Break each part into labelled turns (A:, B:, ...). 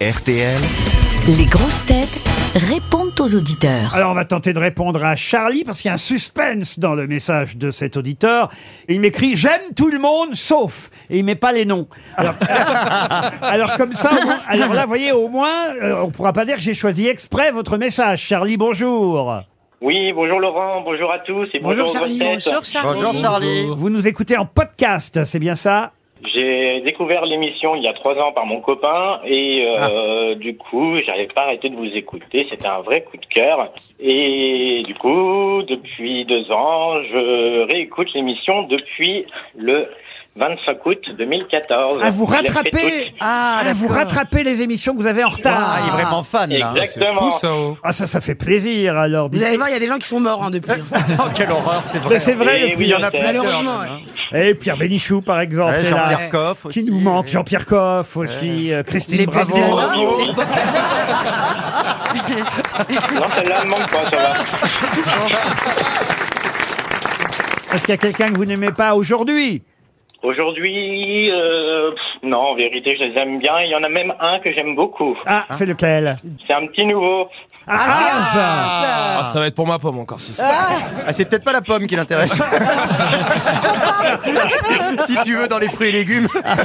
A: RTL.
B: Les grosses têtes répondent aux auditeurs.
C: Alors, on va tenter de répondre à Charlie parce qu'il y a un suspense dans le message de cet auditeur. Il m'écrit J'aime tout le monde sauf. Et il met pas les noms. Alors, alors comme ça, au moins- alors là, vous voyez, au moins, euh, on pourra pas dire que j'ai choisi exprès votre message. Charlie, bonjour.
D: Oui, bonjour Laurent, bonjour à tous et bonjour, aux grosses têtes.
E: Bonjour Charlie.
C: Vous nous écoutez en podcast, c'est bien ça
D: J'ai découvert l'émission il y a trois ans par mon copain et
C: Ah.
D: euh, du coup, j'avais pas arrêté de vous écouter. C'était un vrai coup de cœur. Et du coup, depuis deux ans, je réécoute l'émission depuis le 25 août 2014.
C: À Ah, vous
D: Je l'ai Euh, fait
C: rattraper
D: toute-
C: Ah, vous rattraper les émissions que vous avez en retard.
E: Ah, il est vraiment fan là.
D: Exactement.
C: Ah, ça, ça fait plaisir alors.
F: Vous allez voir, il y a des gens qui sont morts hein, depuis.
E: Oh, quelle horreur, c'est vrai.
C: Mais c'est vrai,
D: Et
C: le
D: Eh oui,
C: il y en a
D: c'est-
F: Malheureusement,
E: Hein.
C: Et Pierre Bénichou, par exemple,
E: Ouais,
C: est là.
E: Jean-Pierre Coff
C: Qui
E: aussi.
C: nous manque Jean-Pierre Coff aussi, euh, Christine Bravo.
D: Non, celle-là ne manque pas, ça va.
C: Est-ce qu'il y a quelqu'un que vous n'aimez pas aujourd'hui
D: Aujourd'hui, euh, pff, non, en vérité, je les aime bien. Il y en a même un que j'aime beaucoup.
C: Ah,
E: Hein
C: c'est lequel
D: C'est un petit nouveau.
C: Ah, ah,
G: Ah, ça va être pour ma pomme encore. si ça.
E: Ah, c'est peut-être pas la pomme qui l'intéresse. si tu veux, dans les fruits et légumes.
C: ah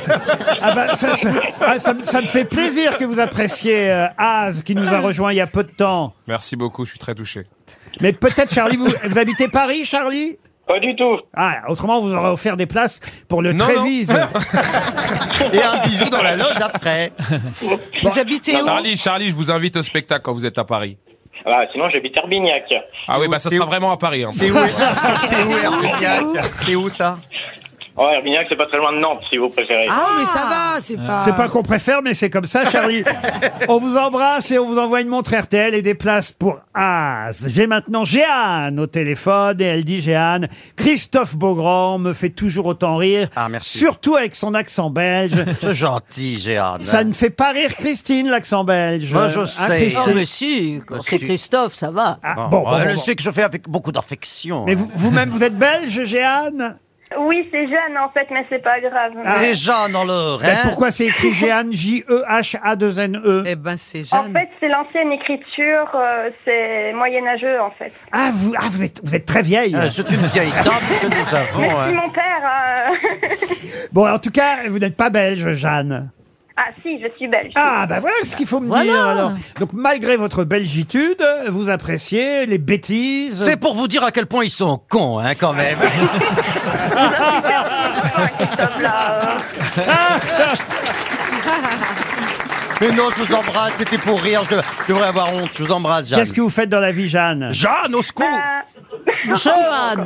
C: bah, ça, ça- ah, ça me- ça me fait plaisir que vous appréciez euh, Az qui nous a rejoint il y a peu de temps.
G: Merci beaucoup, je suis très touché.
C: Mais peut-être, Charlie, vous, vous habitez Paris, Charlie
D: Pas du tout.
C: Ah, autrement, vous aurez offert des places pour le
G: Non, non.
C: Trévise.
E: Et un bisou dans la loge après.
F: Vous habitez où
G: Charlie, Charlie, je vous invite au spectacle quand vous êtes à Paris.
D: Ah, sinon, j'habite Herbignac.
G: Ah oui,
E: où,
G: bah ça
E: c'est
G: sera
E: où
G: vraiment à Paris. hein.
E: C'est où C'est où, Herbignac C'est où ça
D: Oh, Herbignac, c'est pas très loin de Nantes, si vous préférez.
F: Ah, mais ça va, c'est pas.
C: C'est pas qu'on préfère, mais c'est comme ça, Charlie. on vous embrasse et on vous envoie une montre RTL et des places pour As. J'ai maintenant Jeanne au téléphone et elle dit Jeanne, Christophe Beaugrand me fait toujours autant rire.
E: Ah, merci.
C: Surtout avec son accent belge.
E: C'est gentil, Gérard.
C: ça ne fait pas rire Christine, l'accent belge.
E: Ben. Moi, je
C: Hein,
E: sais.
C: Christine
H: Oh, mais si, quand c'est
E: si.
H: Christophe, ça va.
C: Ah, bon, bon, bon, bon.
E: que je fais avec beaucoup d'affection. hein.
C: Mais vous- vous-même, vous, êtes belge, Jeanne
I: Oui, c'est jeune en fait, mais c'est pas grave.
C: Ah.
E: C'est Jean dans le
C: Ben,
E: Rhin.
C: Pourquoi c'est écrit Jeanne E J-E-H-A-2-N-E
E: Eh.
F: ben, c'est
I: En fait, c'est l'ancienne écriture, euh, c'est moyenâgeux en fait.
C: Ah, vous, ah, vous êtes, vous êtes très vieille.
E: Ah, C'est une vieille dame que nous
I: Mais
C: Ah.
E: avons.
I: si
E: hein.
I: mon père. euh,
C: Bon, en tout cas, vous n'êtes pas belge, Jeanne.
I: ah si, je suis belge.
C: Ah, bah voilà ce qu'il faut me
H: Voilà.
C: dire alors. Donc, malgré votre belgitude, vous appréciez les bêtises.
E: C'est pour vous dire à quel point ils sont cons, hein, quand même.
I: Christophe, là, euh,
E: Mais non, je vous embrasse, c'était pour rire. Je, je devrais avoir honte. Je vous embrasse, Jeanne.
C: Qu'est-ce que vous faites dans la vie, Jeanne
E: Jeanne, au secours
I: bah,
H: Johan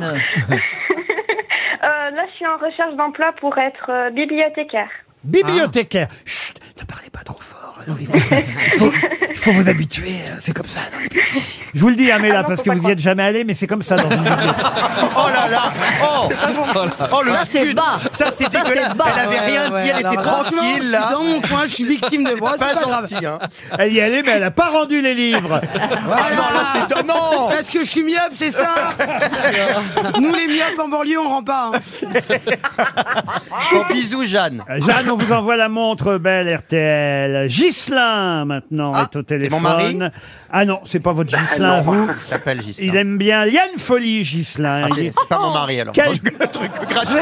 I: euh, là, je suis en recherche d'emploi pour être euh, bibliothécaire.
C: Bibliothécaire. Chut, ne parlez pas trop fort. alors il, faut, il faut- il faut vous habituer. euh, C'est comme ça. dans les bibliothèques. Je vous le dis, Améla,
I: Ah non,
C: parce
I: faut
C: que
I: pas
C: vous n'y
I: croire.
C: êtes jamais allé, mais c'est comme ça dans une bibliothèque.
E: Oh là là Oh, oh le
H: Ça, c'est
E: scud.
H: bas.
E: Ça, c'est dégueulasse
H: c'est bas.
E: Elle avait rien dit, elle était tranquille, là
F: Dans mon coin, je suis victime de moi,
E: Pas
F: c'est pas grave.
E: gentil, hein
C: Elle y est allée, mais elle n'a pas rendu les livres.
E: Ah non, là, c'est... do- Non
F: Parce que je suis myope, c'est ça Nous, les myopes en banlieue, on rend pas. hein.
E: Oh, bisous, Jeanne
C: Euh, Jeanne, on vous envoie la montre, belle RTL. Ghislain, maintenant,
E: Ah,
C: est au
E: c'est
C: téléphone.
E: mon mari Bah,
C: ah non, c'est pas votre Ghislain, vous.
E: Il s'appelle Ghislain.
C: Il aime bien. Il y a une folie, Ghislain.
E: Ah,
C: Il
E: c'est,
C: est-
E: c'est pas mon mari, alors.
C: Quel-
E: Le truc gratuit.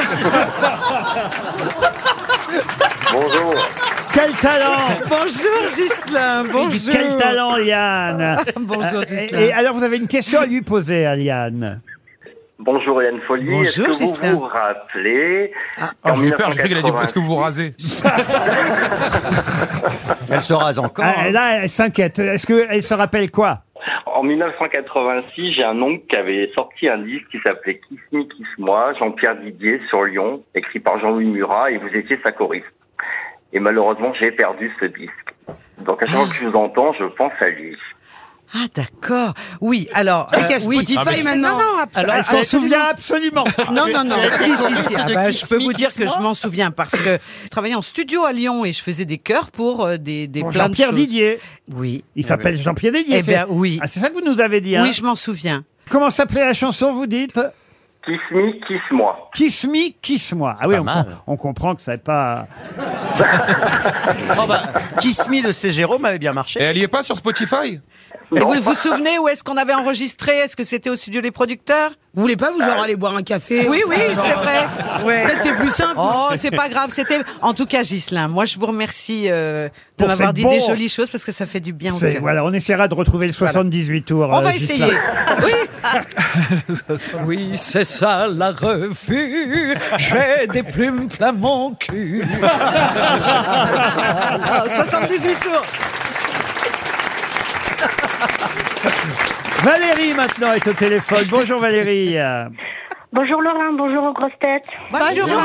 D: Bonjour.
C: Quel talent
F: Bonjour, Gislain,
C: Il dit, Quel talent, Liane
E: Euh,
F: Bonjour,
C: et, et alors, vous avez une question à lui poser, à Liane.
D: Bonjour, Hélène Folly.
F: Bonjour,
D: Est-ce que vous
F: Gislain.
D: vous rappelez
G: Ah, j'ai eu peur, j'ai cru qu'elle allait dire est-ce que vous vous rasez
E: Elle se rase encore.
C: Ah,
E: hein.
C: là, elle s'inquiète. Est-ce qu'elle se rappelle quoi
D: En 1986, j'ai un oncle qui avait sorti un livre qui s'appelait Kiss Me, Kiss Moi, Jean-Pierre Didier sur Lyon, écrit par Jean-Louis Murat, et vous étiez sa choriste. Et malheureusement, j'ai perdu ce disque. Donc à chaque fois que je vous entends, je pense à lui.
J: Ah d'accord. Oui, alors euh, oui.
F: Spotify
G: Ah, mais-
F: maintenant.
J: Non, non, abso-
E: Alors,
C: Elle
J: ah,
C: s'en
J: ah,
C: souvient absolument.
F: Ah,
J: Non, non,
F: euh,
J: non.
E: Elle
J: Si,
E: était
J: si, si. Ah
E: de
J: bah,
E: Kiss
J: je peux
E: Me,
J: vous dire
E: Kiss
J: que je
E: Moi.
J: m'en souviens parce que je travaillais en studio à Lyon et je faisais des chœurs pour euh, des, des
C: Pour
J: plein de
C: Jean-Pierre
J: choses. Ah
C: Didier.
J: Oui.
C: Il s'appelle Jean-Pierre Didier.
J: Eh
C: c'est-
J: bien, oui.
C: Ah, c'est ça que vous nous avez dit. hein
J: Oui, je m'en souviens.
C: Comment s'appelait la chanson, vous dites
D: Kiss me, kiss moi.
C: Kiss me, kiss moi. Ah oui,
E: pas
C: on,
E: mal.
C: com- on comprend que ça n'est pas.
E: Oh bah, Kiss Me de C. Jérôme avait bien
G: Et
E: marché.
G: elle y est pas sur Spotify
J: Et vous vous vous souvenez où est-ce qu'on avait enregistré Est-ce que c'était au studio des producteurs Euh,
F: Vous voulez pas vous genre aller boire un café Euh,
J: Oui, oui, c'est vrai. Ouais.
F: Peut-être c'est plus simple.
J: Oh, c'est pas grave. C'était en tout cas, Gislin. Moi, je vous remercie euh, de
C: Pour
J: m'avoir
C: cette
J: dit
C: bombe.
J: des jolies choses parce que ça fait du bien au
C: c'est-
J: cœur.
C: Voilà, on essaiera de retrouver le 78 tours. euh,
J: On va essayer. Oui.
A: Oui, c'est ça la revue. J'ai des plumes plein mon cul.
J: Ah, 78 tours.
C: Valérie maintenant est au téléphone. Bonjour Valérie. Euh,
I: Bonjour Laurent, bonjour aux grosses têtes.
J: Bonjour.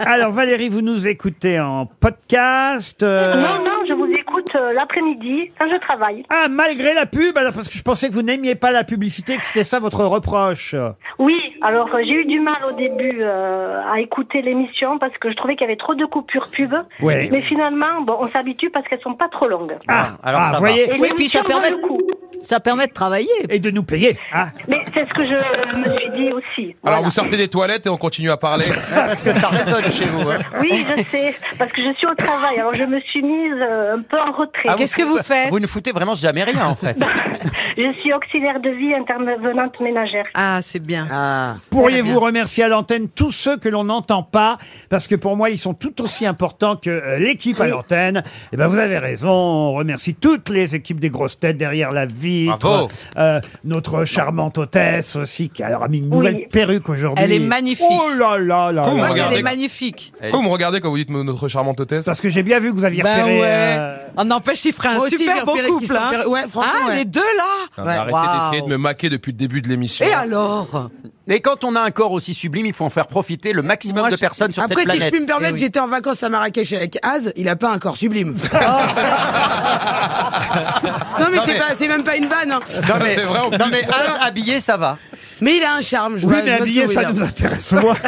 C: Alors Valérie, vous nous écoutez en podcast. euh,
I: Non, non, je vous écoute euh, l'après-midi quand je travaille.
C: Ah, malgré la pub, alors parce que je pensais que vous n'aimiez pas la publicité, que c'était ça votre reproche.
I: Oui, alors euh, j'ai eu du mal au début euh, à écouter l'émission parce que je trouvais qu'il y avait trop de coupures pub.
C: Ouais.
I: Mais finalement, bon, on s'habitue parce qu'elles sont pas trop longues.
C: Ah,
E: alors ça
C: vous
E: va.
C: voyez,
I: Et
H: Oui, puis ça
I: l'émission vaut
H: permet-
I: le coup.
H: Ça permet de travailler.
C: et de nous payer. Ah,
I: Mais c'est ce que je me suis dit aussi.
G: Alors
I: Voilà.
G: vous sortez des toilettes et on continue à parler.
E: Parce que ça résonne chez vous. hein.
I: Oui, je sais, parce que je suis au travail, alors je me suis mise euh, un peu en retrait.
E: Ah,
J: Qu'est-ce que vous faites
E: Vous ne foutez vraiment jamais rien en fait.
I: Je suis auxiliaire de vie intervenante ménagère.
J: Ah, c'est bien.
C: Pourriez-vous remercier à l'antenne tous ceux que l'on n'entend pas Parce que pour moi, ils sont tout aussi importants que euh, l'équipe à l'antenne. Eh ben, vous avez raison. On remercie toutes les équipes des grosses têtes derrière la vitre.
E: Bravo.
C: Euh, notre charmante hôtesse aussi, qui alors, a mis une nouvelle
I: Oui.
C: perruque aujourd'hui.
J: Elle est magnifique.
C: Oh là là là. là.
J: Ouais,
G: Comment
J: mais elle
G: regardez.
J: est magnifique.
G: Pourquoi vous me regardez quand vous dites notre charmante hôtesse
C: Parce que j'ai bien vu que vous aviez
F: Bah
J: Ben
C: repéré.
J: ouais.
C: euh,
J: On n'empêche, il ferait un
F: Moi aussi, j'ai
J: super beau
F: repéré qu'ils
J: couple.
F: sont
J: hein.
F: repérés. Ouais, franchement,
J: ah,
F: ouais.
J: les deux là.
G: Non, mais Arrêtez
J: Waouh.
G: d'essayer de me maquer depuis le début de l'émission.
J: Et alors
E: Et quand on a un corps aussi sublime, il faut en faire profiter le maximum
J: Moi,
E: de
J: je-
E: personnes sur
F: Après,
E: cette
F: si je
E: planète.
F: puis me permettre,
J: Eh oui.
F: j'étais en vacances à Marrakech avec Az, il a pas un corps sublime. non, mais
E: Non,
F: c'est
E: mais-
F: pas, c'est même pas une vanne. hein.
E: Non mais,
G: C'est vrai, en
E: non, mais un habillé, ça va.
F: Mais il a un charme, je
C: Oui,
F: vois- je
C: mais
F: vois ce que
C: habillé,
F: vous
C: ça
F: voulez
C: nous
F: dire.
C: intéresse moins.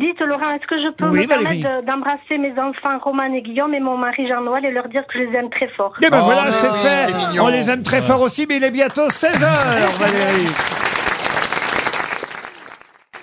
I: Dites, Laurent, est-ce que je peux
C: Oui,
I: me
C: Valérie.
I: permettre de- d'embrasser mes enfants Roman et Guillaume et mon mari Jean-Noël et leur dire que je les aime très fort
C: Eh ben
E: Oh,
C: voilà,
E: mais
C: c'est
E: oui,
C: fait.
E: c'est mignon.
C: On les aime très fort aussi, mais il est bientôt 16h, Valérie.